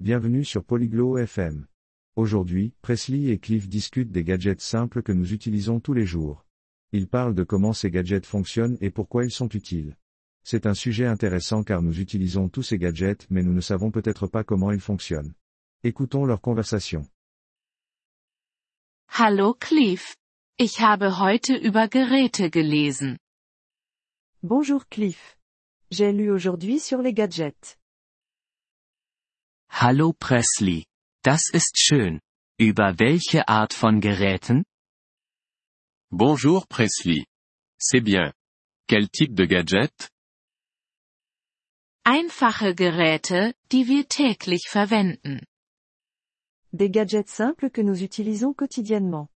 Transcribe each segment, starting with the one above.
Bienvenue sur Polyglot FM. Aujourd'hui, Presley et Cliff discutent des gadgets simples que nous utilisons tous les jours. Ils parlent de comment ces gadgets fonctionnent et pourquoi ils sont utiles. C'est un sujet intéressant car nous utilisons tous ces gadgets mais nous ne savons peut-être pas comment ils fonctionnent. Écoutons leur conversation. Hallo Cliff. Ich habe heute über Geräte gelesen. Bonjour Cliff. J'ai lu aujourd'hui sur les gadgets. Hallo Presley. Das ist schön. Über welche Art von Geräten? Bonjour Presley. C'est bien. Quel type de gadget? Einfache Geräte, die wir täglich verwenden. Des gadgets simples que nous utilisons quotidiennement.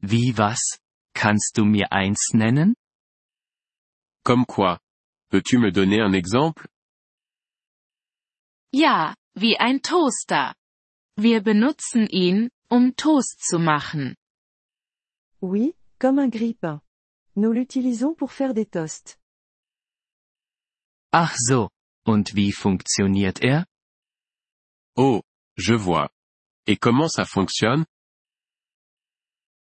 Wie was? Kannst du mir eins nennen? Comme quoi? Peux-tu me donner un exemple? Ja, wie ein Toaster. Wir benutzen ihn, um Toast zu machen. Oui, comme un grille-pain. Nous l'utilisons pour faire des toasts. Ach so. Und wie funktioniert er? Oh, je vois. Et comment ça fonctionne?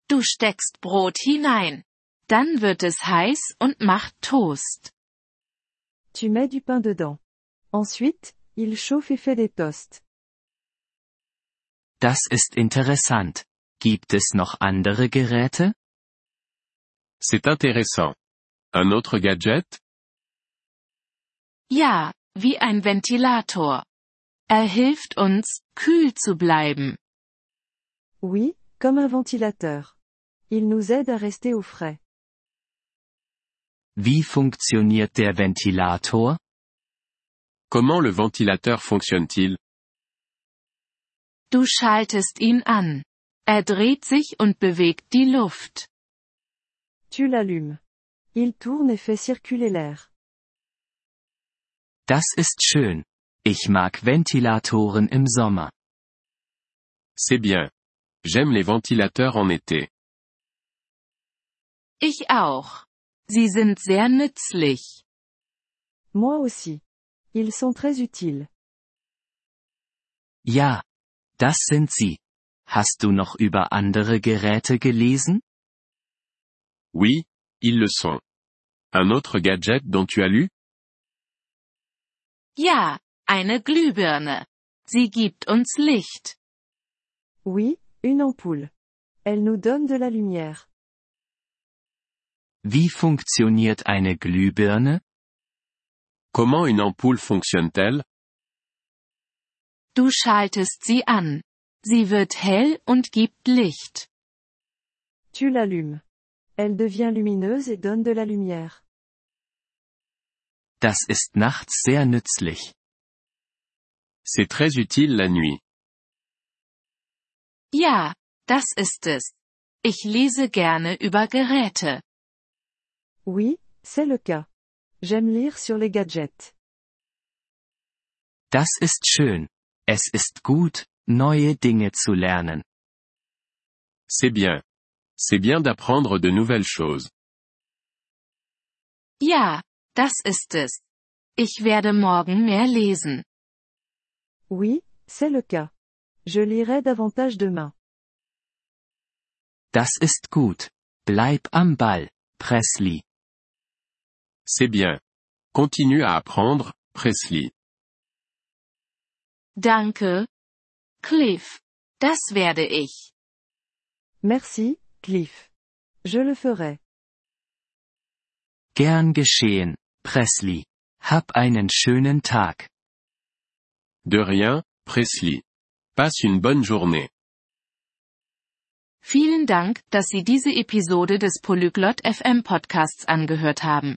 Du steckst Brot hinein. Dann wird es heiß und macht Toast. Tu mets du pain dedans. Ensuite, il chauffe et fait des toasts. Das ist interessant. Gibt es noch andere Geräte? C'est intéressant. Un autre gadget? Ja, wie ein Ventilator. Er hilft uns, kühl zu bleiben. Oui, comme un ventilateur. Il nous aide à rester au frais. Wie funktioniert der Ventilator? Comment le ventilateur fonctionne-t-il? Du schaltest ihn an. Er dreht sich und bewegt die Luft. Tu l'allumes. Il tourne et fait circuler l'air. Das ist schön. Ich mag Ventilatoren im Sommer. C'est bien. J'aime les ventilateurs en été. Ich auch. Sie sind sehr nützlich. Moi aussi. Ils sont très utiles. Ja. Das sind sie. Hast du noch über andere Geräte gelesen? Oui, ils le sont. Un autre gadget dont tu as lu? Ja, eine Glühbirne. Sie gibt uns Licht. Oui, une ampoule. Elle nous donne de la lumière. Wie funktioniert eine Glühbirne? Comment une ampoule fonctionne-t-elle? Du schaltest sie an. Sie wird hell und gibt Licht. Tu l'allumes. Elle devient lumineuse et donne de la lumière. Das ist nachts sehr nützlich. C'est très utile la nuit. Ja, das ist es. Ich lese gerne über Geräte. Oui, c'est le cas. J'aime lire sur les gadgets. Das ist schön. Es ist gut, neue Dinge zu lernen. C'est bien. C'est bien d'apprendre de nouvelles choses. Ja, das ist es. Ich werde morgen mehr lesen. Oui, c'est le cas. Je lirai davantage demain. Das ist gut. Bleib am Ball, Presley. C'est bien. Continue à apprendre, Presley. Danke. Cliff. Das werde ich. Merci, Cliff. Je le ferai. Gern geschehen, Presley. Hab einen schönen Tag. De rien, Presley. Passe une bonne journée. Vielen Dank, dass Sie diese Episode des Polyglot FM Podcasts angehört haben.